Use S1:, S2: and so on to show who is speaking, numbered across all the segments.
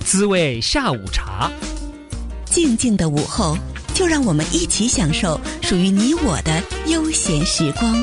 S1: 滋味下午茶。
S2: 静静的午后，就让我们一起享受属于你我的悠闲时光。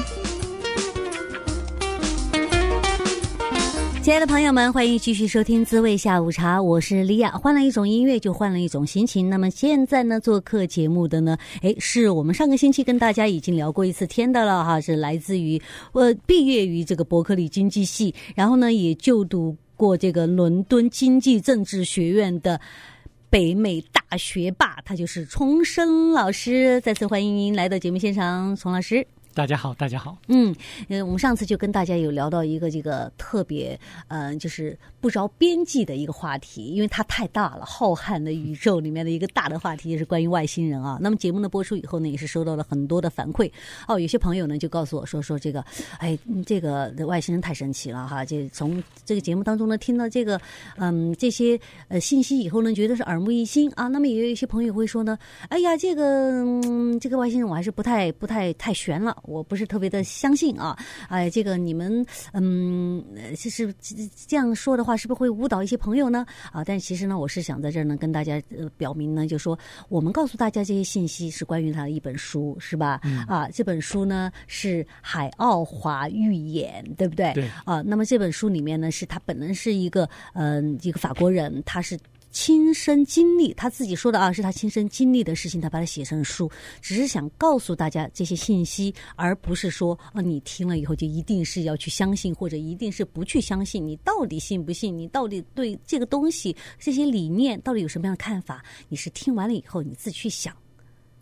S3: 亲爱的朋友们，欢迎继续收听《滋味下午茶》，我是莉亚。换了一种音乐，就换了一种心情。那么现在呢，做客节目的呢，哎，是我们上个星期跟大家已经聊过一次天的了哈，是来自于呃毕业于这个伯克利经济系，然后呢也就读过这个伦敦经济政治学院的北美大学霸，他就是重生老师。再次欢迎您来到节目现场，重老师。
S1: 大家好，大家好。
S3: 嗯，呃，我们上次就跟大家有聊到一个这个特别，嗯、就是不着边际的一个话题，因为它太大了，浩瀚的宇宙里面的一个大的话题，就是关于外星人啊。那么节目呢播出以后呢，也是收到了很多的反馈哦，有些朋友呢就告诉我说说这个，哎，嗯这个外星人太神奇了哈，这从这个节目当中呢听到这个，嗯，这些呃信息以后呢，觉得是耳目一新啊。那么也有一些朋友会说呢，哎呀，这个、嗯、这个外星人我还是不太不太太悬了，我不是特别的相信啊。哎，这个你们嗯，呃就是这样说的话，是不是会误导一些朋友呢？啊，但其实呢，我是想在这儿呢跟大家呃表明呢，就说我们告诉大家这些信息是关于他的一本书，是吧？啊，这本书呢是《海奥华预言》，对不对？
S1: 对
S3: 啊，那么这本书里面呢，是他本人是一个嗯、一个法国人，他是。亲身经历，他自己说的啊，是他亲身经历的事情，他把它写成书，只是想告诉大家这些信息，而不是说啊，你听了以后就一定是要去相信，或者一定是不去相信，你到底信不信？你到底对这个东西、这些理念到底有什么样的看法？你是听完了以后你自己去想，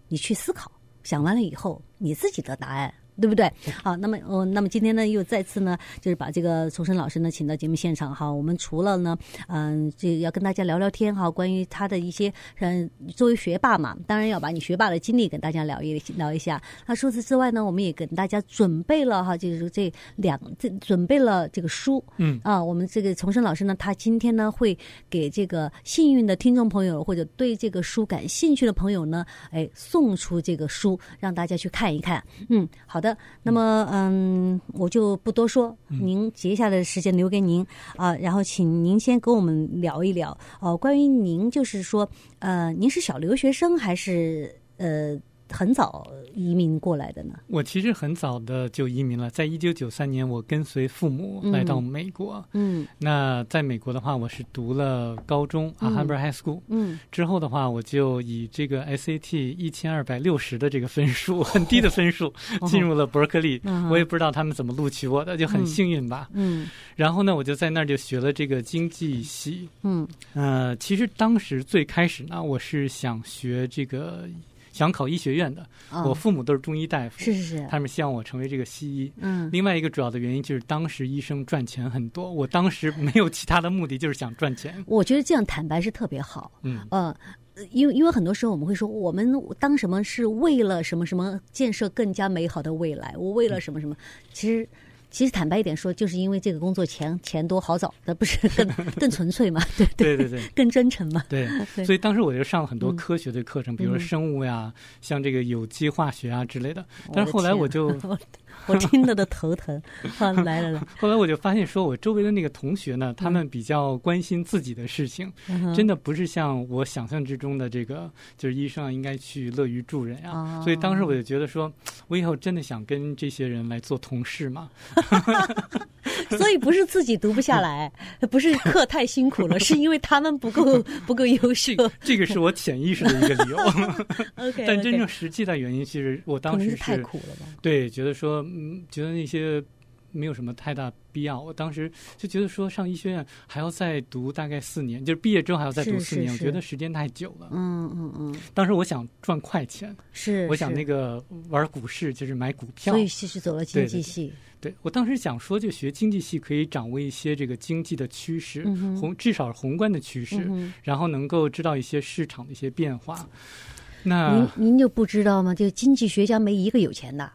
S3: 你去思考，想完了以后你自己的答案。对不对？好，那么呃，那么今天呢，又再次呢，就是把这个重生老师呢请到节目现场哈。我们除了呢，嗯、这要跟大家聊聊天哈，关于他的一些嗯，作为学霸嘛，当然要把你学霸的经历跟大家聊一聊一下。那除此之外呢，我们也给大家准备了哈，就是这两这准备了这个书，
S1: 嗯
S3: 啊，我们这个重生老师呢，他今天呢会给这个幸运的听众朋友或者对这个书感兴趣的朋友呢，哎，送出这个书让大家去看一看。嗯，好的，那么嗯，我就不多说，
S1: 嗯
S3: 您接下来的时间留给您啊、然后请您先跟我们聊一聊哦、关于您就是说，呃，您是小留学生还是呃很早移民过来的呢？
S1: 我其实很早的就移民了，在一九九三年，我跟随父母来到
S3: 嗯
S1: 美国。
S3: 嗯
S1: 那在美国的话，我是读了高中啊
S3: 嗯
S1: h a m b u r High School。
S3: 嗯，
S1: 之后的话，我就以这个 SAT 一千二百六十的这个分数，很低的分数， 进入了伯克利。
S3: 哦嗯
S1: 我也不知道他们怎么录取我的，就很
S3: 嗯
S1: 幸运吧。
S3: 嗯
S1: 然后呢，我就在那儿就学了这个经济系。
S3: 嗯
S1: 呃，其实当时最开始呢，我是想学这个，想考医学院的。
S3: 啊，
S1: 我父母都是中医大夫，
S3: 是是是，
S1: 他们希望我成为这个西医。
S3: 嗯
S1: 另外一个主要的原因就是当时医生赚钱很多，我当时没有其他的目的，就是想赚 钱。
S3: 我觉得这样坦白是特别好。
S1: 嗯，
S3: 呃，因为因为很多时候我们会说，我们当什么是为了什么什么建设更加美好的未来，我为了什么什么，其实。其实坦白一点说，就是因为这个工作钱钱多好找，那不是更更纯粹嘛？ 对
S1: 对对对。
S3: 更真诚嘛？
S1: 对，
S3: 对
S1: 所以当时我就上了很多
S3: 嗯
S1: 科学的课程，比如说
S3: 嗯哦
S1: 生物呀，像这个有机化学啊之类的。
S3: 我的
S1: 但是后来
S3: 天啊
S1: 我就，
S3: 我我听得都头疼。啊，来来 来，
S1: 后来我就发现，说我周围的那个同学
S3: 嗯
S1: 呢，他们比较关心自己的事情，真
S3: 的
S1: 的不是像我想象之中的这个，就是医生啊应该去乐于助人呀、啊
S3: 哦
S1: 所以当时我就觉得说，我以后真的想跟这些人来做同事嘛。
S3: 所以不是自己读不下来，不是课太辛苦了，是因为他们不够 不够优 秀
S1: 这。这个是我潜意识的一 个理由，
S3: OK，
S1: 但真正实际的原因，其实我
S3: 可
S1: 当
S3: 能
S1: 时
S3: 是太苦了吧？
S1: 对觉得说，嗯，觉得那些。没有什么太大必要，我当时就觉得说上医学院还要再读大概四年，就是毕业之后还要再读
S3: 是
S1: 四
S3: 是
S1: 年，
S3: 是
S1: 我觉得时间太久了。
S3: 嗯嗯嗯，
S1: 当时我想赚快钱，
S3: 是。
S1: 我想
S3: 是
S1: 那个玩股市就是买股票，
S3: 所以其实走了经
S1: 对
S3: 济
S1: 对
S3: 系，
S1: 对我当时想说，就学经济系可以掌握一些这个经济的趋势，
S3: 嗯哼
S1: 宏至少是宏观的趋势，
S3: 嗯
S1: 然后能够知道一些市场的一些变化。
S3: 哼
S1: 那
S3: 嗯
S1: 嗯
S3: 您您就不知道吗？就经济学家没一个有钱的，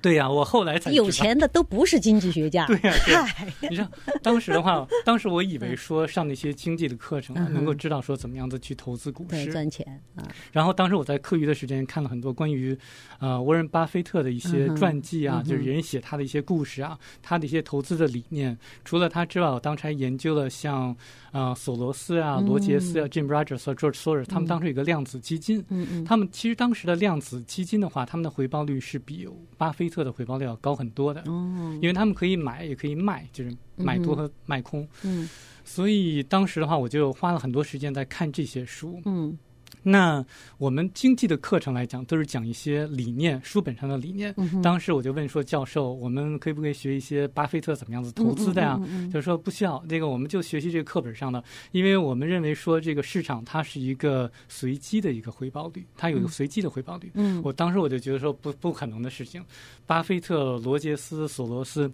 S1: 对呀、我后来才知道
S3: 有。钱的都不是经济学 家。
S1: 对呀、对呀
S3: 嗨，
S1: 你知道当时的话，当时我以为说上那些经济的课程啊、
S3: 嗯哼
S1: 能够知道说怎么样的去投资股
S3: 对，
S1: 市。
S3: 赚钱啊，
S1: 然后当时我在课余的时间看了很多关于，呃，沃伦巴菲特的一些
S3: 嗯哼
S1: 传记啊，
S3: 嗯哼
S1: 就是人写他的一些故事啊，他的一些投资的理念。除了他之外，我当时还研究了像，呃，索罗斯啊、
S3: 嗯
S1: 罗杰斯啊、Jim Rogers 和 George Soros，他们当时有一个量子基金。
S3: 嗯嗯，
S1: 他们其实当时的量子基金的话，他们的回报率是比巴菲特的回报率要高很多的，
S3: 哦，
S1: 因为他们可以买也可以卖，就是买多
S3: 嗯哼
S1: 和卖空。
S3: 嗯
S1: 所以当时的话，我就花了很多时间在看这些书。
S3: 嗯
S1: 那我们经济的课程来讲，都是讲一些理念，书本上的理念。
S3: 嗯哼，
S1: 当时我就问说，教授，我们可以不可以学一些巴菲特怎么样子投资的呀？
S3: 嗯嗯嗯嗯嗯
S1: 就是说不需要，这个我们就学习这个课本上的，因为我们认为说这个市场它是一个随机的一个回报率，它有一个随机的回报率。
S3: 嗯
S1: 我当时我就觉得说不不可能的事情，巴菲特、罗杰斯、索罗斯。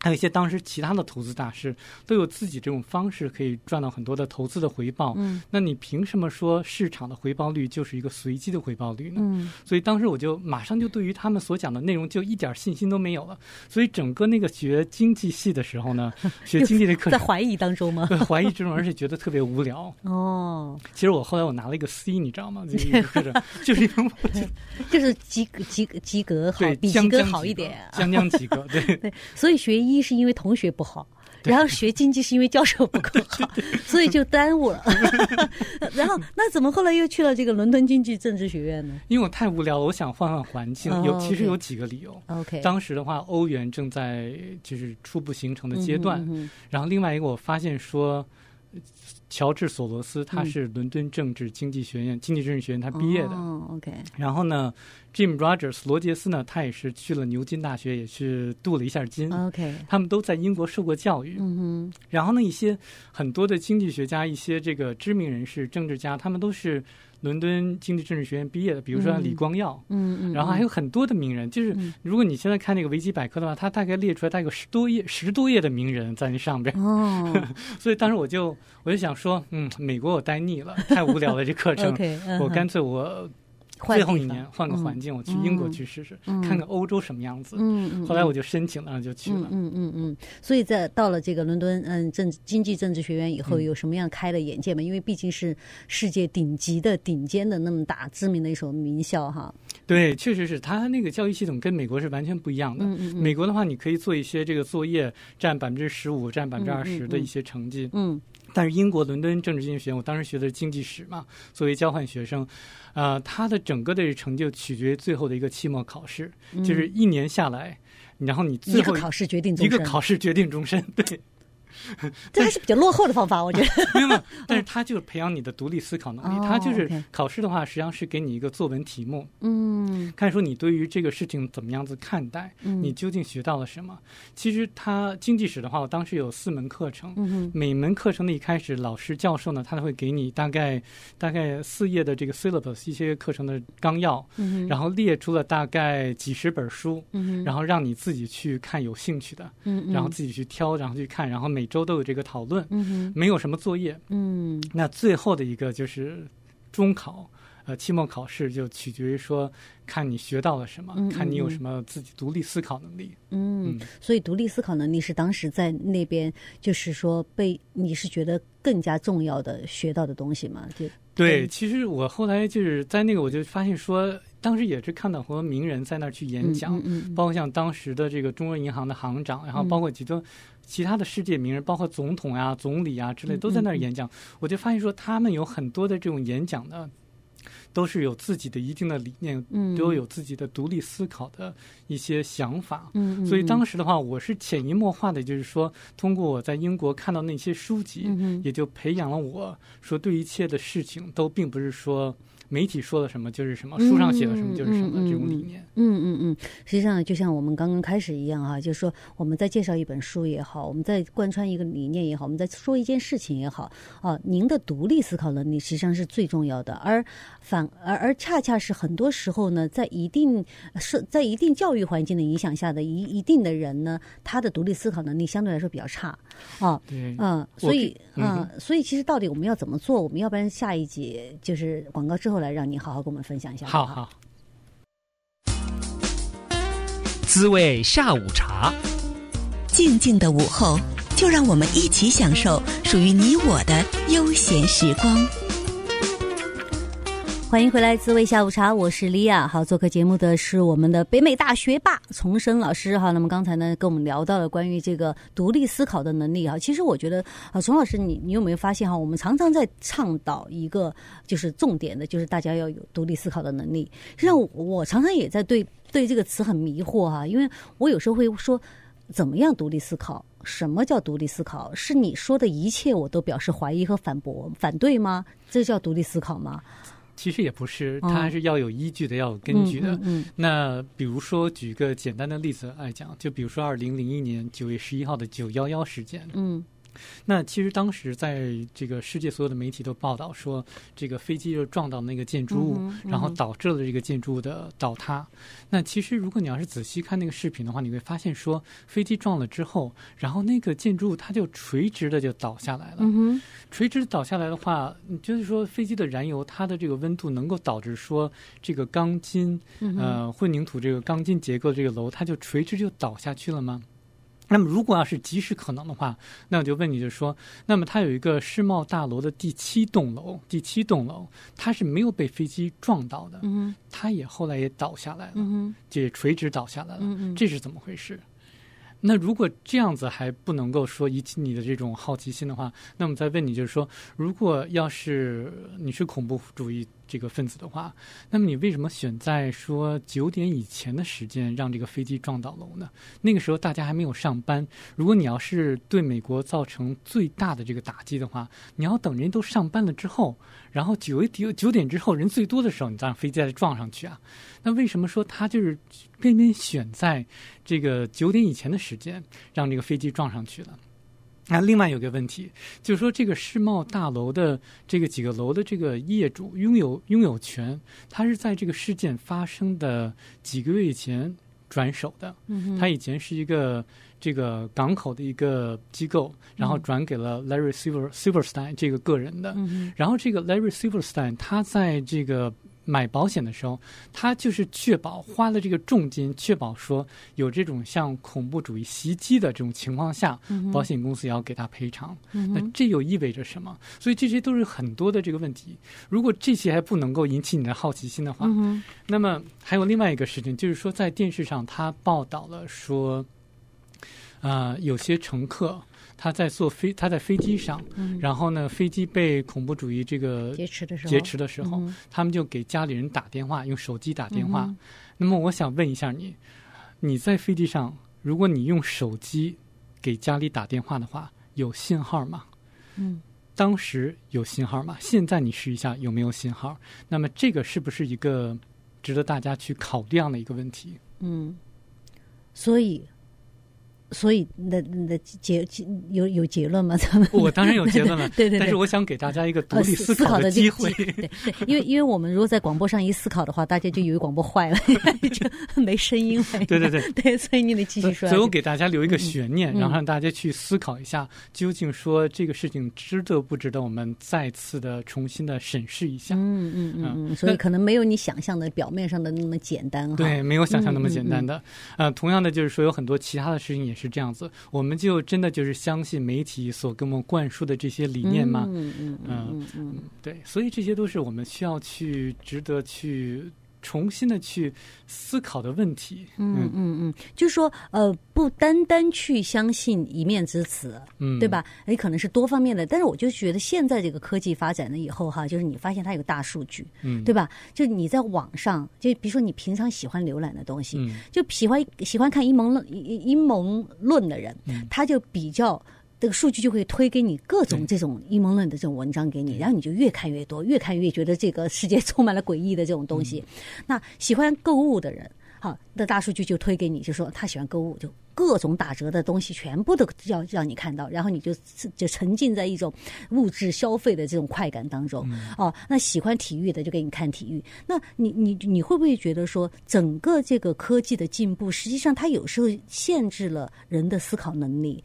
S1: 还有一些当时其他的投资大师都有自己这种方式可以赚到很多的投资的回报，
S3: 嗯
S1: 那你凭什么说市场的回报率就是一个随机的回报率呢？
S3: 嗯
S1: 所以当时我就马上就对于他们所讲的内容就一点信心都没有了。所以整个那个学经济系的时候 呢，学经济的课
S3: 嗯在
S1: 程。
S3: 怀疑当 中吗？
S1: 对怀疑之中，而且觉得特别无聊。
S3: 哦，
S1: 其实我后来我拿了一个 C，你知道吗？就是一个课程就是因为我觉得
S3: 就是及格及格及格好
S1: 对，
S3: 比及
S1: 将
S3: 格
S1: 将
S3: 好一
S1: 及格
S3: 点，啊
S1: 将将及格。 对，
S3: 所以学医是因为同学不好，
S1: 对
S3: 然后学经济是因为教授不够 好，所以就耽误了。然后那怎么后来又去了这个伦敦经济政治学院呢
S1: 因为我太无聊了，我想换换环境。
S3: 哦
S1: 有其实
S3: OK
S1: 有几个理由。
S3: ？OK，
S1: 当时的话，欧元正在就是初步形成的阶段，
S3: 嗯哼
S1: 然后另外一个，我发现说，乔治·索罗斯他
S3: 嗯
S1: 是伦敦政治经济学院、经济政治学院他毕业的。
S3: 哦，OK，
S1: 然后呢，Jim Rogers 罗杰斯呢，他也是去了牛津大学，也去镀了一下金。
S3: OK，
S1: 他们都在英国受过教育，
S3: 嗯
S1: 然后呢，一些很多的经济学家、一些这个知名人士、政治家，他们都是伦敦经济政治学院毕业的，比如说
S3: 嗯
S1: 李光耀，
S3: 哼，嗯嗯，
S1: 然后还有很多的名人，就是
S3: 嗯
S1: 如果你现在看那个维基百科的话，它大概列出来大概有十多页、十多页的名人在那上边，
S3: 哦
S1: 所以当时我就 我就想说，嗯，美国我待腻了，太无聊了 这课 程，
S3: ，OK，
S1: 我干
S3: 刚
S1: 脆我
S3: 嗯换
S1: 最后
S3: 地
S1: 一
S3: 方
S1: 年换个环，境，我去英国去试试，
S3: 嗯
S1: 看看欧洲什么样子。
S3: 嗯嗯嗯，
S1: 后来我就申请了，就去
S3: 嗯
S1: 了。
S3: 嗯嗯嗯，所以在到了这个伦敦嗯政经济政治学院以后，
S1: 嗯
S3: 有什么样开的眼界吗？因为毕竟是世界顶级的顶尖的那么大知名的一所名校哈。
S1: 对，确实是他那个教育系统跟美国是完全不一样的。
S3: 嗯嗯嗯
S1: 美国的话，你可以做一些这个作业，占百分之十五、占百分之二
S3: 嗯嗯
S1: 十的一些成绩。
S3: 嗯
S1: 但是英国伦敦政治经济学院，我当时学的是经济史嘛，作为交换学生，呃，他的整个的成就取决于最后的一个期末考试，就是一年下来，然后你
S3: 嗯一
S1: 最后
S3: 个考试决定终
S1: 一
S3: 身，
S1: 个考试决定终身， 对，
S3: 这还是比较落后的方 法，我觉得。
S1: 没有 没有，但是他就是培养你的独立思考能力，
S3: 哦
S1: 他就是
S3: OK
S1: 考试的话，实际上是给你一个作文题目，
S3: 嗯
S1: 看说你对于这个事情怎么样子看待，
S3: 嗯
S1: 你究竟学到了什么。其实他经济史的话，我当时有四门课程，
S3: 嗯哼
S1: 每门课程的一开始，老师教授呢，他会给你大概大概四页的这个 syllabus 一些课程的纲要，
S3: 嗯哼
S1: 然后列出了大概几十本书，
S3: 嗯哼
S1: 然后让你自己去看有兴趣的，
S3: 嗯嗯
S1: 然后自己去挑，然后去看，然后每周都有这个讨论，
S3: 嗯哼
S1: 没有什么作业。
S3: 嗯
S1: 那最后的一个就是中考。呃，期末考试就取决于说，看你学到了什么，
S3: 嗯嗯
S1: 看你有
S3: 嗯
S1: 什么自己独立思考能力。
S3: 嗯
S1: 嗯，
S3: 所以独立思考能力是当时在那边就是说被你是觉得更加重要的学到的东西嘛？就
S1: 对，
S3: 对
S1: 其实我后来就是在那个，我就发现说，当时也是看到很多名人在那儿去演讲，
S3: 嗯嗯嗯
S1: 包括像当时的这个中国银行的行长，然后
S3: 嗯
S1: 包括几个其他的世界名人，包括总统呀、总理啊之类，
S3: 嗯
S1: 都在那儿演讲。我就发现说，他们有很多的这种演讲呢，都是有自己的一定的理念，
S3: 嗯
S1: 都有自己的独立思考的一些想法。
S3: 嗯，嗯
S1: 所以当
S3: 嗯
S1: 时的话，我是潜移默化的，就是说，通过我在英国看到那些书籍，
S3: 嗯哼
S1: 也就培养了我说对一切的事情都并不是说媒体说了什么就是什么，
S3: 嗯
S1: 书上写了什么就是什么
S3: 嗯嗯
S1: 的这种理念。
S3: 嗯嗯嗯，实际上就像我们刚刚开始一样哈、就是说我们在介绍一本书也好，我们在贯穿一个理念也好，我们在说一件事情也好，啊，您的独立思考能力实际上是最重要的，而反而而恰恰是很多时候呢，在一定是在一定教育环境的影响下的一一定的人呢，他的独立思考能力相对来说比较差啊，
S1: 对，
S3: 嗯，
S1: 我
S3: 所以
S1: 可以嗯
S3: 嗯，所以其实到底我们要怎么做？我们要不然下一节就是广告之后来让您好好跟我们分享一下吧。
S1: 好好，
S4: 滋味下午茶。
S2: 静静的午后，就让我们一起享受属于你我的悠闲时光。
S3: 欢迎回来，滋味下午茶，我是莉亚。好，做客节目的是我们的北美大学霸丛生老师哈。那么刚才呢，跟我们聊到了关于这个独立思考的能力哈。其实我觉得啊，丛老师，你你有没有发现哈，我们常常在倡导一个就是重点的，就是大家要有独立思考的能力。实际上，我常常也在对对这个词很迷惑哈、因为我有时候会说，怎么样独立思考？什么叫独立思考？是你说的一切我都表示怀疑和反驳、反对吗？这叫独立思考吗？
S1: 其实也不是，
S3: 哦
S1: 它还是要有依据的，要有根据的。
S3: 嗯嗯嗯
S1: 那比如说，举个简单的例子来讲，就比如说二零零一年九月十一号的九幺幺事件，
S3: 嗯
S1: 那其实当时在这个世界所有的媒体都报道说，这个飞机就撞到那个建筑物，
S3: 嗯哼嗯哼
S1: 然后导致了这个建筑物的倒塌。那其实如果你要是仔细看那个视频的话，你会发现说，飞机撞了之后，然后那个建筑物它就垂直的就倒下来了。
S3: 嗯哼。
S1: 垂直倒下来的话，嗯就是说飞机的燃油它的这个温度能够导致说这个钢筋
S3: 嗯哼
S1: 呃混凝土这个钢筋结构的这个楼它就垂直就倒下去了吗？那么如果要是即时可能的话，那我就问你就说，那么它有一个世贸大楼的第七栋楼，第七栋楼它是没有被飞机撞到的，
S3: 嗯
S1: 它也后来也倒下来了，
S3: 哼，
S1: 也垂直倒下来了。
S3: 嗯嗯
S1: 这是怎么回事？那如果这样子还不能够说引起你的这种好奇心的话，那我们再问你，就是说，如果要是你是恐怖主义这个分子的话，那么你为什么选在说九点以前的时间让这个飞机撞到楼呢？那个时候大家还没有上班，如果你要是对美国造成最大的这个打击的话，你要等人都上班了之后，然后九九九点之后人最多的时候，你再让飞机再撞上去啊？那为什么说它就是偏偏选在这个九点以前的时间让这个飞机撞上去了？那另外有个问题，就是说这个世贸大楼的这个几个楼的这个业主拥有拥有权，它是在这个事件发生的几个月以前转手的。
S3: 嗯
S1: 它以前是一个这个港口的一个机
S3: 嗯
S1: 构，然后转给了 Larry Silver Silverstein 这个个人的。
S3: 嗯
S1: 然后这个 Larry Silverstein 他在这个买保险的时候，他就是确保花了这个重金，确保说有这种像恐怖主义袭击的这种情况下，
S3: 嗯
S1: 保险公司也要给他赔偿。那这又意味着什么？所以这些都是很多的这个问题。如果这些还不能够引起你的好奇心的话，
S3: 嗯
S1: 那么还有另外一个事情，就是说在电视上他报道了说，呃，有些乘客他在坐飞他在飞机上，
S3: 嗯
S1: 然后呢，飞机被恐怖主义这个
S3: 劫持的时候，
S1: 劫持的时候，
S3: 嗯
S1: 他们就给家里人打电话，用手机打电话。
S3: 嗯
S1: 那么我想问一下你，你在飞机上，如果你用手机给家里打电话的话，有信号吗？
S3: 嗯
S1: 当时有信号吗？现在你试一下有没有信号？那么这个是不是一个值得大家去考量的一个问 题？
S3: 嗯，所以。所以，那那结结有有结论吗？咱们，
S1: 我当然有结论了
S3: 对对对
S1: 啊但是我想给大家一个独
S3: 呃
S1: 立
S3: 思
S1: 考
S3: 的这
S1: 机
S3: 个
S1: 会。
S3: 对对，因为因为我们如果在广播上一思考的话，大家就以为广播坏了， 就没声音了。
S1: 对对对，
S3: 对，所以你得继续说下去。
S1: 所以我给大家留一个悬念，
S3: 嗯嗯
S1: 然后让大家去思考一下，究竟说这个事情值得不值得我们再次的重新的审视一下。
S3: 嗯嗯嗯嗯，所以
S1: 那
S3: 可能没有你想象的表面上的那么简单哈。
S1: 对，没有想象那么简单
S3: 嗯
S1: 的。呃，同样的，就是说有很多其他的事情也是这样子，我们就真的就是相信媒体所给我们灌输的这些理念吗？
S3: 嗯嗯嗯嗯嗯，
S1: 对，所以这些都是我们需要去值得去重新的去思考的问题。
S3: 嗯嗯嗯，就是说，呃，不单单去相信一面之词，
S1: 嗯，
S3: 对？吧？也可能是多方面的。但是我就觉得现在这个科技发展了以后哈，就是你发现它有大数据，
S1: 嗯，
S3: 对吧？就你在网上，就比如说你平常喜欢浏览的东西，
S1: 嗯
S3: 就喜欢喜欢看阴谋论阴阴谋论的人，
S1: 嗯
S3: 他就比较。这个数据就会推给你各种
S1: 对
S3: 这种阴谋论的这种文章给你，然后你就越看越多，越看越觉得这个世界充满了诡异的这种东
S1: 嗯
S3: 西。那喜欢购物的人，好，那大数据就推给你，就说他喜欢购物，就各种打折的东西全部都要让你看到，然后你就就沉浸在一种物质消费的这种快感当中。
S1: 嗯
S3: 哦，那喜欢体育的就给你看体育。那你你你会不会觉得说，整个这个科技的进步，实际上它有时候限制了人的思考能力？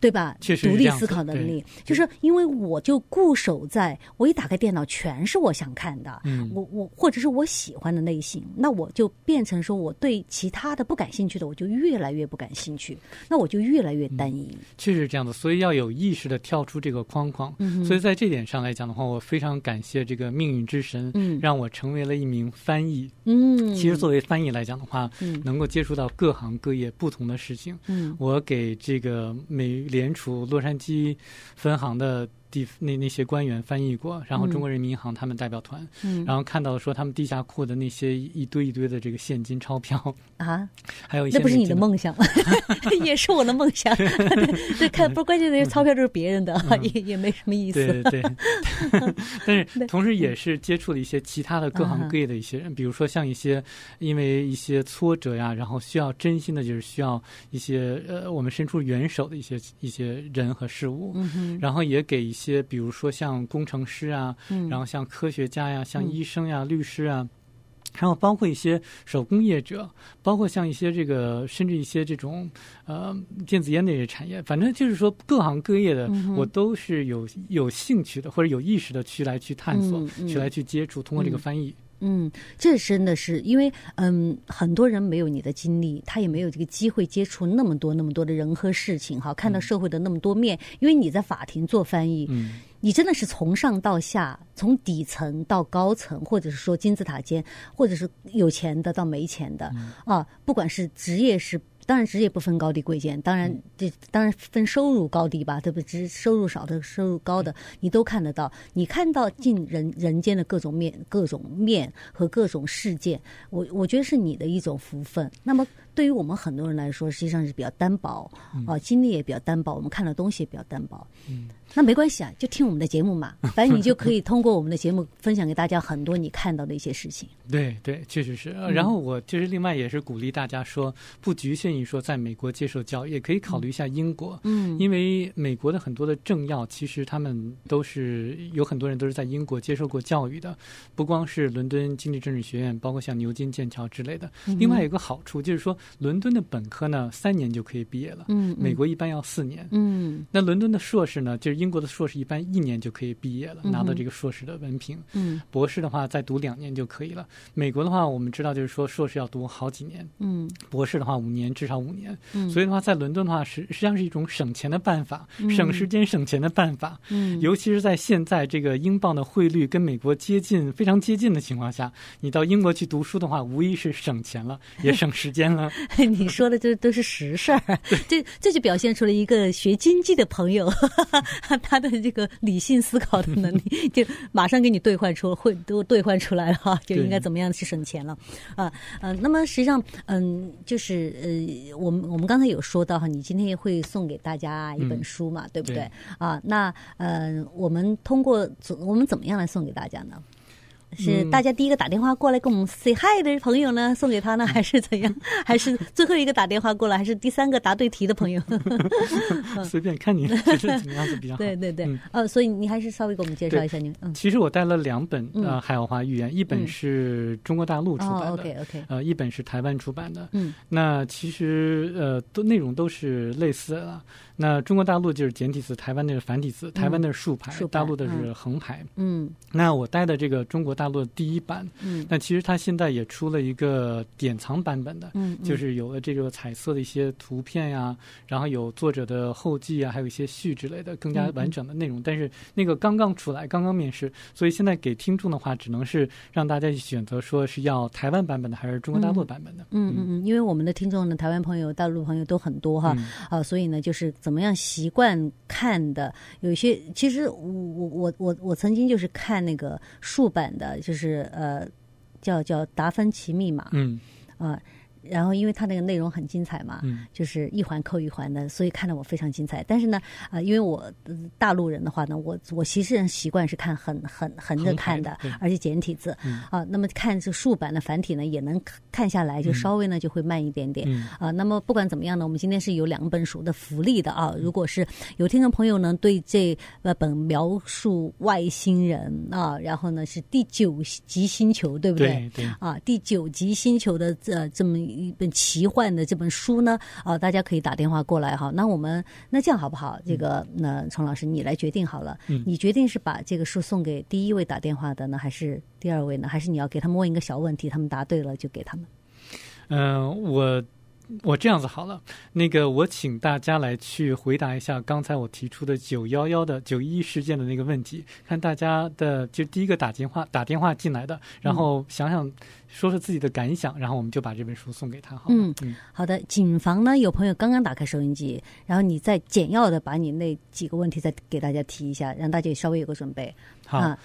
S3: 对吧？
S1: 确实是
S3: 独
S1: 这
S3: 立
S1: 样
S3: 思
S1: 子
S3: 考能
S1: 对
S3: 力，就是因为我就固守在我一打开电脑全是我想看的，
S1: 嗯
S3: 我我或者是我喜欢的类型，那我就变成说我对其他的不感兴趣的，我就越来越不感兴趣，那我就越来越单一。
S1: 确实是这样的，所以要有意识的跳出这个框框。
S3: 嗯
S1: 所以在这点上来讲的话，我非常感谢这个命运之神，
S3: 嗯
S1: 让我成为了一名翻译。
S3: 嗯，
S1: 其实作为翻译来讲的话，
S3: 嗯
S1: 能够接触到各行各业不同的事情。
S3: 嗯
S1: 我给这个美联储洛杉矶分行的地那那些官员翻译过，然后
S3: 嗯
S1: 中国人民银行他们代表团，
S3: 嗯
S1: 然后看到说他们地下库的那些一堆一堆的这个现金钞票，
S3: 啊，
S1: 还有一些
S3: 那不是
S1: 美
S3: 你的
S1: 金
S3: 梦想， 也是我的梦想。对对，看不是关键的是钞票就是别人的， 也也没什么意思。
S1: 嗯
S3: 嗯
S1: 对对对， 但是同时也是接触了一些其他的各行各业的一些人，比如说像一些因为一些挫折呀，然后需要真心的，就是需要一些呃我们伸出援手的一些一些人和事物，
S3: 嗯哼，
S1: 然后也给一些比如说像工程师啊，
S3: 嗯
S1: 然后像科学家呀，像
S3: 嗯
S1: 医生呀、律师啊。还有包括一些手工业者，包括像一些这个，甚至一些这种呃电子烟的这些产业，反正就是说各行各业的，
S3: 嗯哼
S1: 我都是有有兴趣的，或者有意识的去来去探索，
S3: 嗯嗯
S1: 去来去接触，通过这个翻译，
S3: 嗯，这真的是因为，嗯，很多人没有你的经历，他也没有这个机会接触那么多那么多的人和事情，哈，看到社会的那么多面。因为你在法庭做翻译，
S1: 嗯，
S3: 你真的是从上到下，从底层到高层，或者是说金字塔尖，或者是有钱的到没钱的、啊，不管是职业是。当然，职业不分高低贵贱，当然这当然分收入高低吧，对不对？只收入少的、收入高的，你都看得到。你看到尽人人间的各种面、各种面和各种事件，我我觉得是你的一种福分。那么对于我们很多人来说，实际上是比较单薄啊，经历也比较单薄，我们看到东西也比较单薄。那没关系啊，就听我们的节 目嘛，反正你就可以通过我们的节目分享给大家很多你看到的一些事情。
S1: 对对，确实是。
S3: 嗯
S1: 呃然后我其实另外也是鼓励大家说，不局限于说在美国接受教育，也可以考虑一下英国，
S3: 嗯
S1: 因为美国的很多的政要，其实他们都是有很多人都是在英国接受过教育的，不光是伦敦经济政治学院，包括像牛津、剑桥之类的。另外有一个好处就是说，伦敦的本科呢三年就可以毕业了，
S3: 嗯
S1: 美国一般要四年。
S3: 嗯
S1: 那伦敦的硕士呢，就是英国的硕士一般一年就可以毕业了，
S3: 嗯哼
S1: 拿到这个硕士的文凭。
S3: 嗯
S1: 博士的话再读两年就可以了。美国的话，我们知道就是说硕士要读好几年，
S3: 嗯
S1: 博士的话五年至少五年。
S3: 嗯
S1: 所以的话，在伦敦的话，实实际上是一种省钱的办法，省时间、省钱的办法。
S3: 嗯
S1: 尤其是在现在这个英镑的汇率跟美国接近、非常接近的情况下，你到英国去读书的话，无疑是省钱了，也省时间 了。
S3: 你说的这都是实事儿，这这就表现出了一个学经济的朋友， 他的这个理性思考的能力，就马上给你兑换出，会都兑换出来了哈，就
S1: 对
S3: 应该怎么样去省钱了啊呃，那么实际上，嗯，就是呃，我们我们刚才有说到哈，你今天也会送给大家一本
S1: 嗯
S3: 书嘛，对不对
S1: 对
S3: 啊？那呃，我们通过我们怎么样来送给大家呢？是
S1: 嗯
S3: 大家第一个打电话过来跟我们 say hi 的朋友呢，送 给他呢，还是怎样？还是最后一个打电话过来，还是第三个答对题 的朋友？
S1: 嗯随便 看你觉得怎么样子比较好。
S3: 嗯对对对
S1: 嗯，
S3: 呃，所以你还是稍微给我们介绍一下你，嗯，
S1: 其实我带了两本呃
S3: 嗯
S1: 《海奥华寓言》，一
S3: 嗯
S1: 本是中国大陆出
S3: 哦
S1: 版的，
S3: ，OK OK，
S1: 呃，一本是台湾出版的。
S3: 嗯
S1: 那其实呃，都内容都是类似的。那中国大陆就是简体字，台湾的是繁体字，台湾的是竖排，
S3: 嗯竖排
S1: 大陆的是横排。
S3: 嗯
S1: 那我带的这个中国大陆的第一版，
S3: 嗯
S1: 那其实它现在也出了一个典藏版本的。
S3: 嗯，
S1: 就是有了这个彩色的一些图片呀、然后有作者的后记啊，还有一些序之类的更加
S3: 嗯嗯
S1: 完整的内容。但是那个刚刚出来，刚刚面世，所以现在给听众的话，只能是让大家去选择，说是要台湾版本的还是中国大陆版本的。
S3: 嗯嗯嗯，因为我们的听众呢，台湾朋友、大陆朋友都很多哈，
S1: 嗯
S3: 啊，所以呢，就是怎么样习惯看的，有一些其实我我我我我曾经就是看那个竖版的，就是呃叫叫《达芬奇密码》
S1: 嗯
S3: 啊，然后因为它那个内容很精彩嘛，
S1: 嗯
S3: 就是一环扣一环的，所以看得我非常精彩。但是呢，啊、因为我、呃大陆人的话呢，我我其实习惯是看很很横着看的
S1: 横排对，
S3: 而且简体字啊、
S1: 嗯
S3: 那么看这竖版的繁体呢，也能看看下来，就稍微呢就会慢一点点。
S1: 嗯
S3: 啊，那么不管怎么样呢，我们今天是有两本书的福利的
S1: 嗯
S3: 啊。如果是有听众朋友呢，对这呃本描述外星人啊，然后呢是第九级星球，对不
S1: 对对，
S3: 啊，第九级星球的这、呃这么一本奇幻的这本书呢？啊、大家可以打电话过来哈。那我们那这样好不好？这个那程老师你来决定好了。
S1: 嗯
S3: 你决定是把这个书送给第一位打电话的呢，还是第二位呢？还是你要给他们问一个小问题，他们答对了就给他们？
S1: 嗯、我我这样子好了，那个我请大家来去回答一下刚才我提出的九幺幺的九一事件的那个问题，看大家的就第一个打电话打电话进来的，然
S3: 嗯
S1: 后想想说说自己的感想，然后我们就把这本书送给他好了。
S3: 嗯
S1: 嗯
S3: 好的，谨防呢，有朋友刚刚打开收音机，然后你再简要的把你那几个问题再给大家提一下，让大家稍微有个准备。
S1: 好，
S3: 啊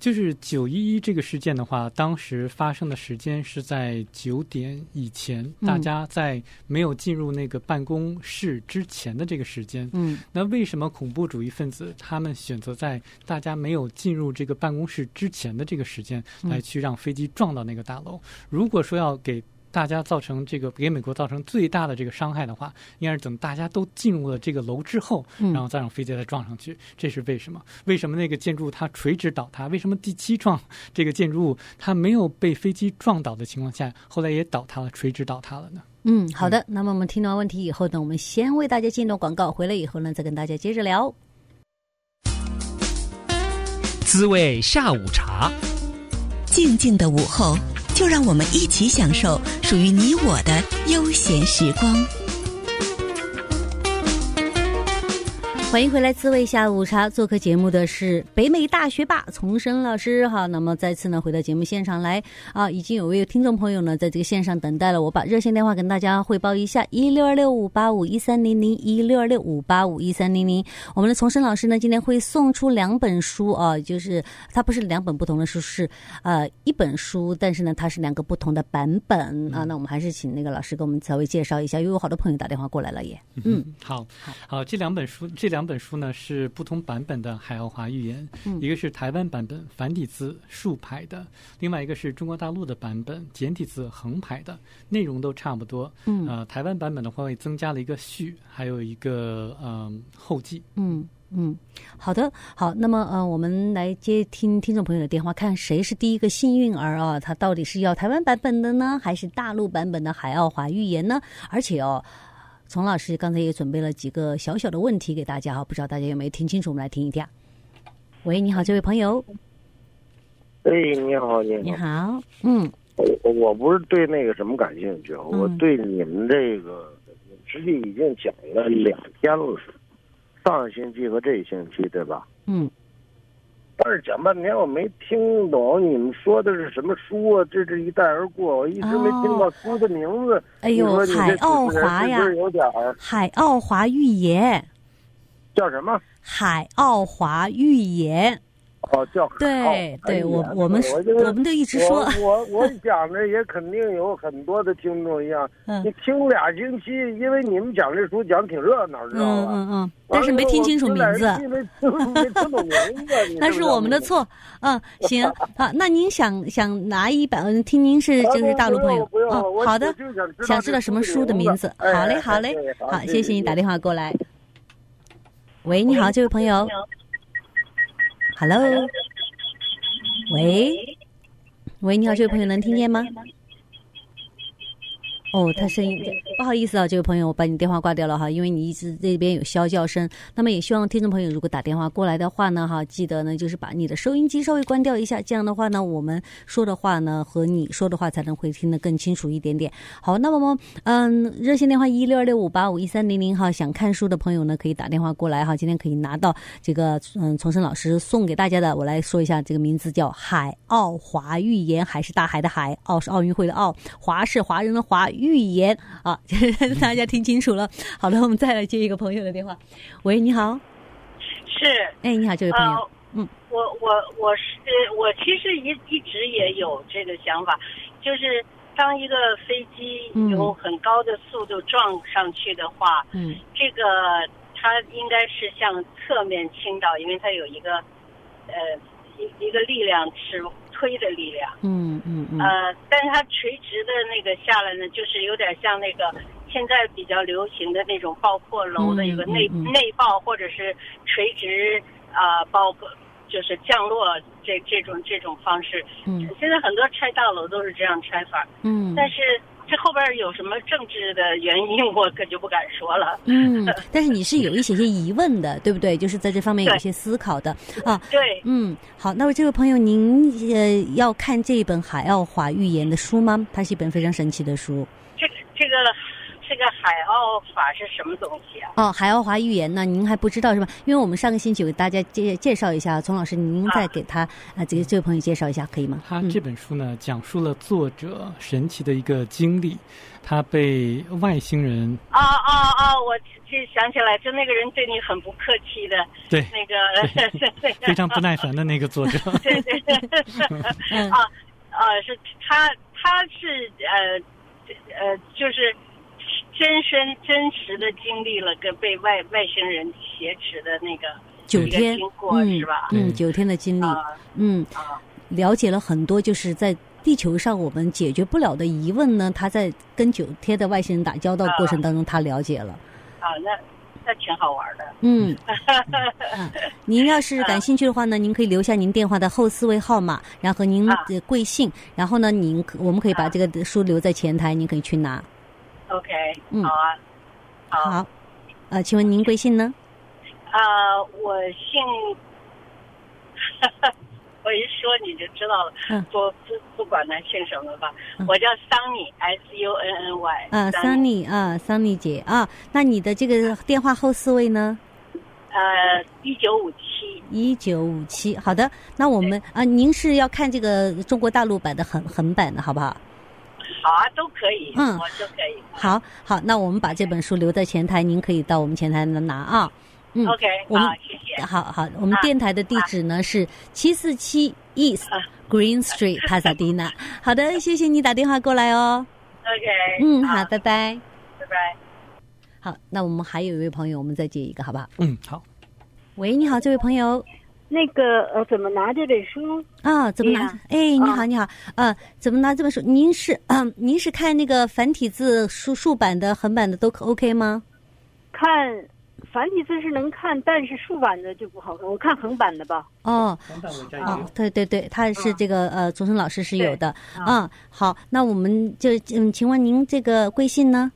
S1: 就是九一一这个事件的话，当时发生的时间是在九点以前，
S3: 嗯
S1: 大家在没有进入那个办公室之前的这个时间。
S3: 嗯
S1: 那为什么恐怖主义分子他们选择在大家没有进入这个办公室之前的这个时间
S3: 嗯
S1: 来去让飞机撞到那个大楼？如果说要给大家造成这个给美国造成最大的这个伤害的话，应该是等大家都进入了这个楼之后，然后
S3: 嗯
S1: 再让飞机再撞上去，这是为什么？为什么那个建筑物它垂直倒塌？为什么第七幢这个建筑物它没有被飞机撞倒的情况下，后来也倒塌了，垂直倒塌了呢？
S3: 嗯，好的。那么我们听完问题以后呢，我们先为大家进一段广告，回来以后呢，再跟大家接着聊。
S4: 滋味下午茶，
S2: 静静的午后，就让我们一起享受属于你我的悠闲时光。
S3: 欢迎回来，滋味下午茶。做客节目的是北美大学霸丛生老师哈。那么再次呢，回到节目现场来啊，已经有位听众朋友呢在这个线上等待了。我把热线电话跟大家汇报一下：一六二六五八五一三零零，一六二六五八五一三零零。我们的丛生老师呢，今天会送出两本书啊，就是它不是两本不同的书，是呃一本书，但是呢，它是两个不同的版本啊。那我们还是请那个老师给我们稍微介绍一下，因为有好多朋友打电话过来了也。嗯，
S1: 好好，这两本书，这两本书呢是不同版本的《海奥华寓言》
S3: 嗯
S1: 一个是台湾版本繁体字竖排的，另外一个是中国大陆的版本简体字横排的，内容都差不多。
S3: 嗯
S1: 呃，台湾版本的话会增加了一个序，还有一个嗯、后记。
S3: 嗯，嗯，好的，好，那么呃，我们来接听听众朋友的电话，看谁是第一个幸运儿啊？他到底是要台湾版本的呢，还是大陆版本的《海奥华寓言》呢？而且哦，丛老师刚才也准备了几个小小的问题给大家哈，不知道大家有没有听清楚？我们来听一听。喂，你好，这位朋友，
S5: 哎，你好，你好，
S3: 你好，嗯
S5: 我我不是对那个什么感兴趣，我
S3: 嗯
S5: 对你们这个，你实际已经讲了两天了，上个星期和这个星期对吧？
S3: 嗯
S5: 但是讲半天我没听懂你们说的是什么书啊，这是一带而过，我一直没听到书的名字。
S3: 哎呦
S5: 你说你这
S3: 海奥
S5: 主持人
S3: 华呀
S5: 是不是有点儿
S3: 《海奥华寓言》，《
S5: 叫什么？
S3: 海奥华寓言》
S5: 哦，叫海奥
S3: 对
S5: 哎
S3: 对，
S5: 呀
S3: 我我们
S5: 我
S3: 我们
S5: 就
S3: 都一直
S5: 是
S3: 说
S5: 我，我 我讲的也肯定有很多的听众一样。
S3: 嗯
S5: 你听俩星期，因为你们讲这书讲挺热闹，知道
S3: 嗯
S5: 吧？
S3: 嗯嗯，但是没听清楚名字。
S5: 完了之后我听俩人没没听懂名 字，你
S3: 那是我们的。错，嗯，行啊，那您想想拿一版，听您是
S5: 啊
S3: 就是大陆朋友
S5: 不用，不用
S3: 哦，
S5: 我
S3: 好的，
S5: 就想
S3: 想知道什么书的名字？
S5: 哎
S3: 好嘞，
S5: 哎
S3: 好嘞
S5: 哎，
S3: 好，
S5: 谢
S3: 谢谢你打电话过来。喂，你好，这位朋友，Hello，喂，喂，你好，这位朋友能听见吗？哦，他声音不好意思啊，这位朋友，我把你电话挂掉了哈，因为你一直这边有啸叫声。那么也希望听众朋友如果打电话过来的话呢，哈，记得呢就是把你的收音机稍微关掉一下，这样的话呢，我们说的话呢和你说的话才能会听得更清楚一点点。好，那么么嗯，热线电话一六二六五八五一三零零哈，想看书的朋友呢可以打电话过来哈，今天可以拿到这个嗯丛生老师送给大家的，我来说一下这个名字叫《海奥华寓言》，海是大海的海，奥是奥运会的奥，华是华人的华，寓言啊， 大家听清楚了。好的，我们再来接一个朋友的电话。喂，你好，
S6: 是，
S3: 哎，你好，这位朋友，
S6: 呃，
S3: 嗯，
S6: 我我我是我其实一一直也有这个想法，就是当一个飞机
S3: 嗯
S6: 有很高的速度撞上去的话，
S3: 嗯
S6: 这个它应该是向侧面倾倒，因为它有一个呃一一个力量是推的力量，
S3: 嗯嗯嗯，
S6: 呃，但是它垂直的那个下来呢，就是有点像那个现在比较流行的那种爆破楼的一个
S3: 嗯
S6: 内、
S3: 嗯嗯
S6: 内爆，或者是垂直啊、呃爆破，就是降落这这种这种方式。
S3: 嗯
S6: 现在很多拆大楼都是这样拆法，
S3: 嗯，
S6: 呃但是这后边有什么政治的原因，我可就不敢 说了。
S3: 嗯，但是你是有一些些疑问的，对不对？就是在这方面有一些思考的啊。
S6: 对，
S3: 嗯，好，那位这位朋友，您呃要看这一本海奥华预言的书吗？它是一本非常神奇的书
S6: 这个这个这个海奥法是什么东西啊？
S3: 哦，海奥华预言呢，您还不知道是吧？因为我们上个星期有给大家介介绍一下，丛老师，您再给他啊，这个这位朋友介绍一下，可以吗？
S1: 他这本书呢，讲述了作者神奇的一个经历，他被外星人
S6: 啊啊啊！我这想起来，就那个人对你很不客气的
S1: 对
S6: 那 个，
S1: 非常不耐烦的那个作者，
S6: 对对
S3: 嗯
S6: 对，啊啊，是他他是呃呃，就是真身真实的经历了跟被外外星人挟持的那个
S3: 九
S6: 一个
S3: 天
S6: 经，过
S3: 嗯
S6: 是吧？
S3: 嗯，
S1: 对
S3: 九天的经历，
S6: 啊
S3: 嗯，
S6: 啊
S3: 了解了很多，就是在地球上我们解决不了的疑问呢。他在跟九天的外星人打交道过程当中，他了解了。
S6: 啊，那那挺好玩的。
S3: 嗯，啊您要是感兴趣的话呢，您可以留下您电话的后四位号码，然后您
S6: 啊
S3: 的贵姓，然后呢，您可我们可以把这个书留在前台，您可以去拿。
S6: OK，
S3: 嗯
S6: 好啊，好。
S3: 好，呃，请问您贵姓呢？
S6: 啊，我姓， 我一说你就知道了。
S3: 嗯
S6: 不不不管他姓什么吧，
S3: 嗯
S6: 我叫 Sunny，S U N N Y。
S3: 啊，Sunny 啊，Sunny 姐啊，那你的这个电话后四位呢？
S6: 呃，一九五七。
S3: 一九五七。好的，那我们啊，您是要看这个中国大陆版的横横版的好不好？
S6: 好啊，都可以，
S3: 嗯
S6: 我都可以。
S3: 好，好，那我们把这本书留在前台，您可以到我们前台来拿啊。嗯
S6: OK，
S3: 我们
S6: 好，谢谢。
S3: 好好，我们
S6: 啊
S3: 电台的地址呢是七四七 East
S6: 啊
S3: Green Street Pasadena。好的，谢谢你打电话过来哦。
S6: OK，
S3: 嗯，好，拜拜。
S6: 拜拜。
S3: 好，那我们还有一位朋友，我们再接一个好不好？
S1: 嗯，好，
S3: 喂，你好，这位朋友
S7: 那个呃，怎么拿这本书呢？
S3: 啊，怎么拿
S7: 你
S3: 着？哎，你好，你好，呃，怎么拿这本书？您是嗯，您是看那个繁体字竖竖版的、横版的都可 OK 吗？
S7: 看繁体字是能看，但是竖版的就不好看。我看横版的吧。
S3: 哦，
S1: 黄大伟
S3: 哦，对对对，他是这个、呃，竹生老师是有的
S7: 对
S3: 嗯，好，那我们就嗯，请问您这个贵姓呢？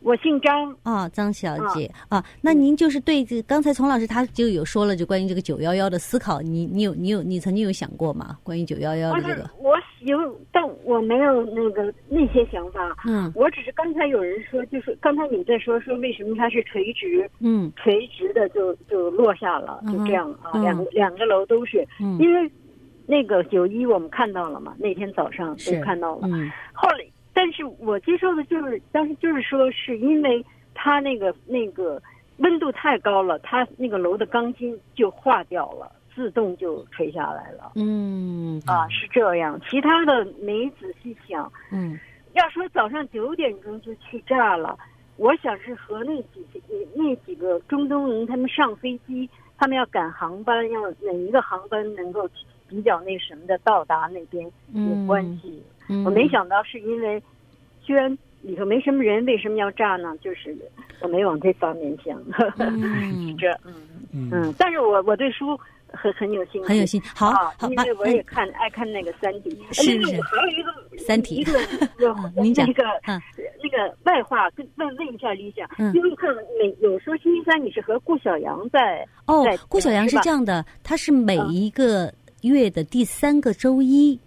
S7: 我姓张，
S3: 啊、张小姐啊
S7: 嗯
S3: 那您就是对这刚才丛老师他就有说了，就关于这个九幺幺的思考，你你有你有你曾经有想过吗？关于九幺幺
S7: 我
S3: 的
S7: 是
S3: 这个，
S7: 我有，但我没有那个那些想法。
S3: 嗯
S7: 我只是刚才有人说，就是刚才你们在说说为什么它是垂直
S3: 嗯
S7: 垂直的就就落下了，
S3: 嗯
S7: 就
S3: 哼
S7: 这样啊，
S3: 嗯
S7: 两个两个楼都是，
S3: 嗯
S7: 因为那个九一我们看到了嘛，那天早上
S3: 是
S7: 都看到了。
S3: 嗯
S7: 后来，但是我接受的就是，当时就是说，是因为它那个那个温度太高了，它那个楼的钢筋就化掉了，自动就垂下来了。
S3: 嗯
S7: 啊，是这样，其他的没仔细想。
S3: 嗯
S7: 要说早上九点钟就去炸了，我想是和那几那几个中东人他们上飞机，他们要赶航班，要哪一个航班能够比较那什么的到达那边有关系。
S3: 嗯，
S7: 我没想到是因为，居然里头没什么人，为什么要炸呢？就是我没往这方面想，
S3: 嗯
S7: 这嗯
S1: 嗯，
S7: 嗯，但是我我对书很很有兴趣，
S3: 很有心，好
S7: 啊，
S3: 好哎
S7: 因
S3: 那
S7: 为我
S3: 那
S7: 也看爱看那个《三体》，
S3: 是
S7: 哎那
S3: 是
S7: 个还有一个
S3: 三体
S7: 一个
S3: 嗯
S7: 我
S3: 您讲
S7: 那个
S3: 嗯
S7: 那个外话，跟问问一下李想
S3: 嗯，
S7: 因为看每有时候星期三你是和顾晓阳在
S3: 哦
S7: 在，
S3: 顾晓阳是
S7: 吧啊
S3: 这样的，他是每一个月的第三个周一，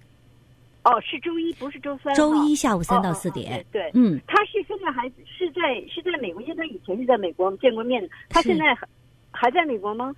S7: 哦，是周一不是周三哈，
S3: 周一下午
S7: 哦
S3: 三到
S7: 哦
S3: 四
S7: 哦
S3: 点，
S7: 对。对
S3: 嗯，
S7: 他是现在还是在是在美国，因为他以前是在美国我们见过面的，他
S3: 是
S7: 现在还还在美国吗？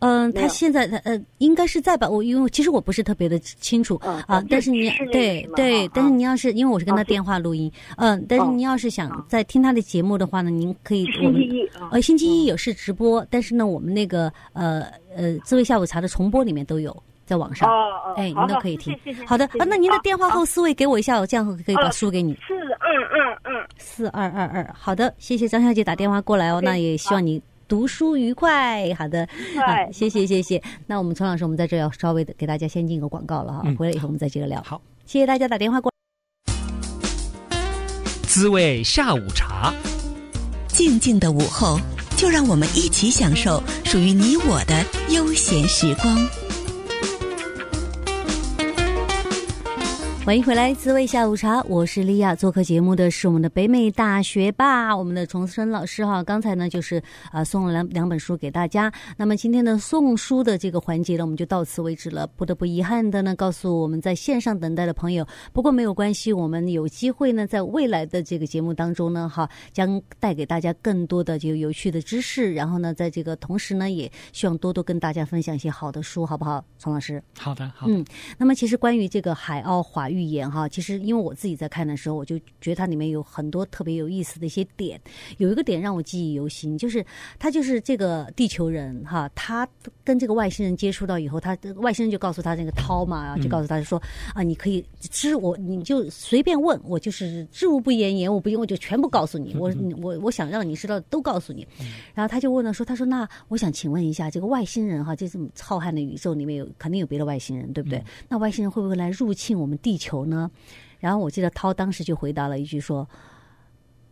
S3: 嗯，
S7: 没
S3: 他
S7: 有
S3: 现在他呃，应该是在吧？我因为其实我不是特别的清楚
S7: 嗯
S3: 啊
S7: 就，
S3: 但是你
S7: 是那
S3: 对
S7: 个嘛
S3: 对
S7: 啊，
S3: 但是
S7: 啊
S3: 你要是因为我是跟
S7: 啊
S3: 他
S7: 是
S3: 电话录音，嗯，但是
S7: 哦
S3: 你要是想在听他的节目的话呢，您可以
S7: 是
S3: 我
S7: 星期
S3: 们
S7: 一啊，
S3: 呃星期一有是直播，但是呢，我们那个呃呃滋味下午茶的重播里面都有在网上，
S7: 哦哦，
S3: 哎，您
S7: 好
S3: 都
S7: 好
S3: 可以听
S7: 谢谢谢。谢
S3: 好的
S7: 谢
S3: 啊，
S7: 谢
S3: 那您的
S7: 啊
S3: 电话后四位给我一下，我这样可以把
S7: 哦
S3: 书给你。
S7: 四二二二，
S3: 四二二二，好的，谢谢张小姐打电话过来哦，
S7: OK，
S3: 那也希望你读书愉快。好的，
S7: 快
S3: 啊， 谢谢谢谢。那我们陈老师，我们在这儿要稍微的给大家先进个广告了哈，
S1: 嗯
S3: 回来以后我们再接着聊。
S1: 好，
S3: 谢谢大家打电话过来。
S4: 滋味下午茶。
S2: 静静的午后，就让我们一起享受属于你我的悠闲时光。
S3: 欢迎回来，滋味下午茶，我是莉亚。做客节目的是我们的北美大学霸，我们的崇生老师哈。刚才呢，就是啊、呃送了两两本书给大家。那么今天的送书的这个环节呢，我们就到此为止了。不得不遗憾的呢，告诉我们在线上等待的朋友，不过没有关系，我们有机会呢，在未来的这个节目当中呢，哈，将带给大家更多的这个有趣的知识。然后呢，在这个同时呢，也希望多多跟大家分享一些好的书，好不好，崇老师？
S1: 好的，好的，
S3: 嗯那么其实关于这个海奥华预言哈，其实因为我自己在看的时候，我就觉得它里面有很多特别有意思的一些点。有一个点让我记忆犹新，就是他就是这个地球人哈，他跟这个外星人接触到以后，他外星人就告诉他那个涛嘛，就告诉他说、啊，你可以知我，你就随便问我，就是知无不言，言无不尽，我就全部告诉你，我我我想让你知道的都告诉你。然后他就问了说，他说那我想请问一下，这个外星人哈，这这么浩瀚的宇宙里面有肯定有别的外星人，对不对？那外星人会不会来入侵我们地球呢？然后我记得涛当时就回答了一句说：“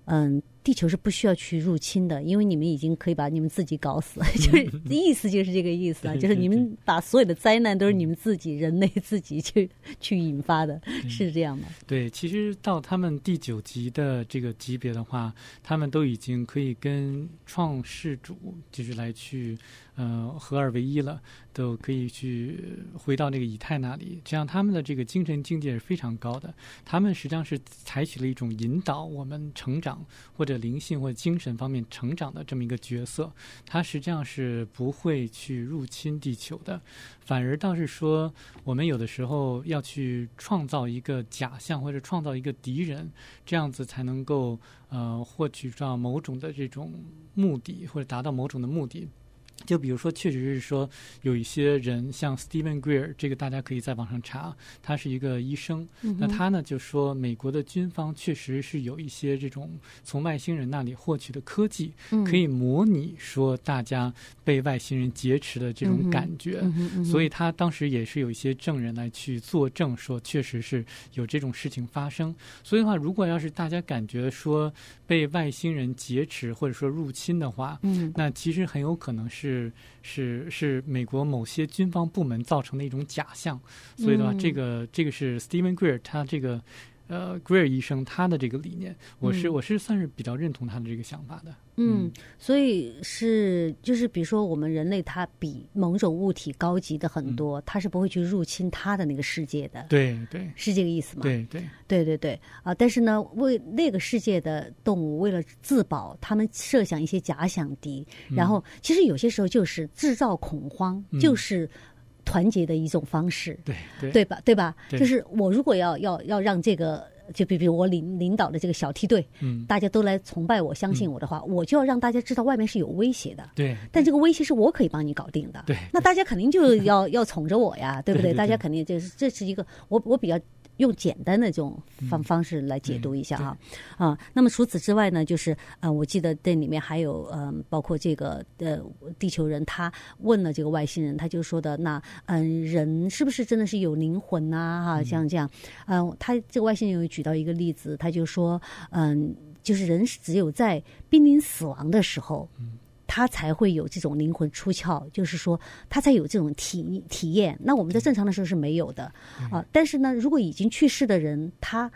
S3: 嗯，地球是不需要去入侵的，因为你们已经可以把你们自己 搞死，就是意思就是这个意思啊，
S1: 对
S3: 就是
S1: 对嗯
S3: 你们把所有的灾难都是你们自己人类自己去去引发的，是这样吗？
S1: 对，其实到他们第九级的这个级别的话，他们都已经可以跟创世主就是来去呃合二为一了，都可以去回到那个以太那里，这样他们的这个精神境界是非常高的。他们实际上是采取了一种引导我们成长或者灵性或者精神方面成长的这么一个角色，他实际上是不会去入侵地球的，反而倒是说。我们有的时候要去创造一个假象或者创造一个敌人，这样子才能够呃获取到某种的这种目的或者达到某种的目的。就比如说，确实是说有一些人，像 Stephen Greer，这个大家可以在网上查，他是一个医生。
S3: 嗯
S1: 那他呢就说，美国的军方确实是有一些这种从外星人那里获取的科技，
S3: 嗯
S1: 可以模拟说大家被外星人劫持的这
S3: 嗯
S1: 种
S3: 哼
S1: 感觉。
S3: 嗯哼嗯哼
S1: 所以他当时也是有一些证人来去作证，说确实是有这种事情发生。所以的话，如果要是大家感觉说被外星人劫持或者说入侵的话，
S3: 嗯
S1: 那其实很有可能是是是美国某些军方部门造成的一种假象。所以的话，
S3: 嗯
S1: 这个这个是 Stephen Greer 他这个。呃，Greer 医生他的这个理念，我是、
S3: 嗯
S1: 我是算是比较认同他的这个想法的。
S3: 嗯
S1: 嗯，
S3: 所以是就是比如说我们人类它比某种物体高级的很多，它是不会去入侵它的那个世界的，
S1: 对对
S3: 是这个意思吗？
S1: 对对，
S3: 对对对啊！但是呢，为那个世界的动物为了自保，他们设想一些假想敌，然后其实有些时候就是制造恐慌，
S1: 嗯
S3: 就是团结的一种方式，
S1: 对对
S3: 对吧？对吧？
S1: 对
S3: 就是我如果要要要让这个，就比比如我领领导的这个小梯队，
S1: 嗯，
S3: 大家都来崇拜我、相信我的话，我就要让大家知道外面是有威胁的。
S1: 对
S3: 但这个威胁是我可以帮你搞定的。
S1: 对
S3: 那大家肯定就要 要宠着我呀，对不
S1: 对对对
S3: 大家肯定就是这是一个我我比较。用简单的这种方方式来解读一下哈，啊，那么除此之外呢，就是啊，我记得这里面还有嗯、包括这个呃，地球人他问了这个外星人，他就说的那嗯、人是不是真的是有灵魂呐、哈、像这样，嗯、他这个外星人有举到一个例子，他就说嗯、就是人是只有在濒临死亡的时候，他才会有这种灵魂出窍，就是说他才有这种体体验。那我们在正常的时候是没有的啊。但是呢，如果已经去世的人，他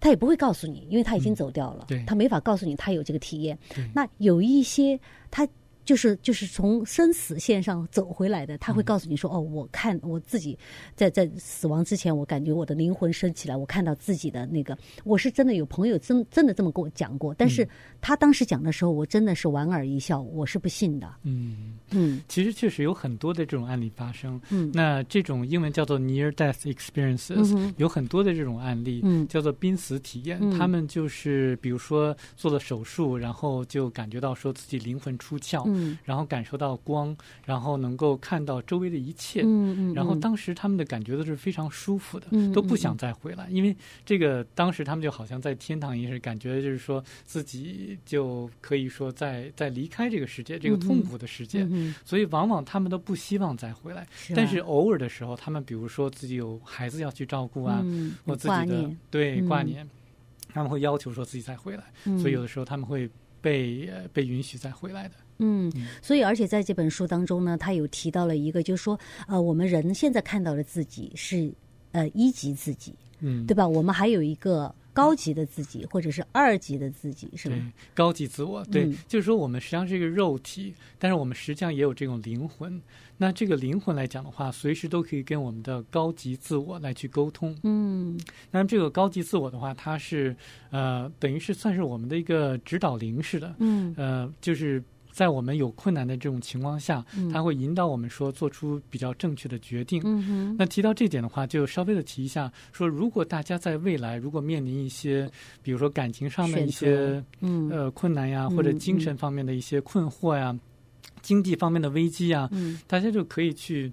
S3: 他也不会告诉你，因为他已经走掉了，
S1: 对
S3: 他没法告诉你他有这个体验。那有一些他。就是就是从生死线上走回来的，他会告诉你说：“哦，我看我自己在在死亡之前，我感觉我的灵魂升起来，我看到自己的那个，我是真的有朋友真真的这么跟我讲过，但是他当时讲的时候，我真的是莞尔一笑，我是不信的。
S1: 嗯。
S3: 嗯
S1: 其实确实有很多的这种案例发生。
S3: 嗯
S1: 那这种英文叫做 near death experiences，、
S3: 嗯哼
S1: 有很多的这种案例，
S3: 嗯
S1: 叫做濒死体验。
S3: 嗯
S1: 他们就是比如说做了手术，然后就感觉到说自己灵魂出窍，
S3: 嗯
S1: 然后感受到光，然后能够看到周围的一切。
S3: 嗯嗯，
S1: 然后当时他们的感觉都是非常舒服的，
S3: 嗯
S1: 都不
S3: 嗯
S1: 想再回来，因为这个当时他们就好像在天堂一样，是感觉就是说自己就可以说在在离开这个世界，这个
S3: 嗯哼
S1: 痛苦的世界。
S3: 嗯
S1: 所以往往他们都不希望再回来。
S3: 是吧啊
S1: 但是偶尔的时候，他们比如说自己有孩子要去照顾啊，
S3: 嗯
S1: 或自
S3: 挂
S1: 己的
S3: 念
S1: 对挂
S3: 嗯
S1: 念，他们会要求说自己再回来，
S3: 嗯
S1: 所以有的时候他们会被、呃被允许再回来的。
S3: 嗯，所以而且在这本书当中呢，他有提到了一个，就是说呃，我们人现在看到的自己是呃一级自己，
S1: 嗯，
S3: 对吧？我们还有一个高级的自己，或者是二级的自己，是
S1: 对
S3: 吗？，
S1: 高级自我，对，
S3: 嗯
S1: 就是说我们实际上是一个肉体，但是我们实际上也有这种灵魂。那这个灵魂来讲的话，随时都可以跟我们的高级自我来去沟通。
S3: 嗯
S1: 那么这个高级自我的话，它是呃，等于是算是我们的一个指导灵似的，
S3: 嗯
S1: 呃，就是在我们有困难的这种情况下，
S3: 嗯
S1: 它会引导我们说做出比较正确的决定。
S3: 嗯哼，
S1: 那提到这点的话，就稍微的提一下，说如果大家在未来如果面临一些，比如说感情上的
S3: 选
S1: 一
S3: 择
S1: 些
S3: 嗯
S1: 呃困难呀，
S3: 嗯
S1: 或者精神方面的一些困惑呀，经济方面的危机呀，
S3: 嗯
S1: 大家就可以去。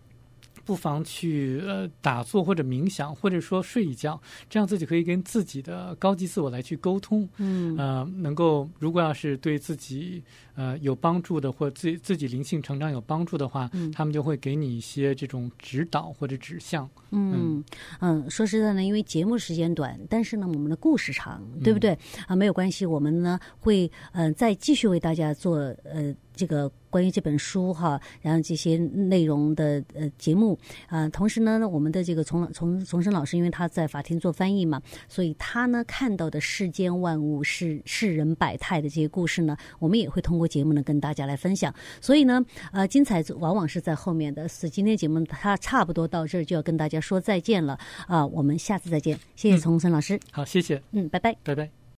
S1: 不妨去呃打坐或者冥想，或者说睡一觉，这样自己可以跟自己的高级自我来去沟通。
S3: 嗯
S1: 呃，能够如果要是对自己呃有帮助的，或自己自己灵性成长有帮助的话，
S3: 嗯
S1: 他们就会给你一些这种指导或者指向。
S3: 嗯嗯，说实在呢，因为节目时间短，但是呢，我们的故事长，对不对？啊，没有关系，我们呢会嗯、呃再继续为大家做呃这个关于这本书哈，然后这些内容的呃节目啊、呃同时呢，我们的这个丛丛丛生老师，因为他在法庭做翻译嘛，所以他呢看到的世间万物、世世人百态的这些故事呢，我们也会通过节目呢跟大家来分享。所以呢，呃，精彩往往是在后面的。所以今天节目它差不多到这儿就要跟大家说再见了啊、我们下次再见，谢谢丛生老师，
S1: 好，谢谢，
S3: 嗯，拜拜。
S1: 拜拜。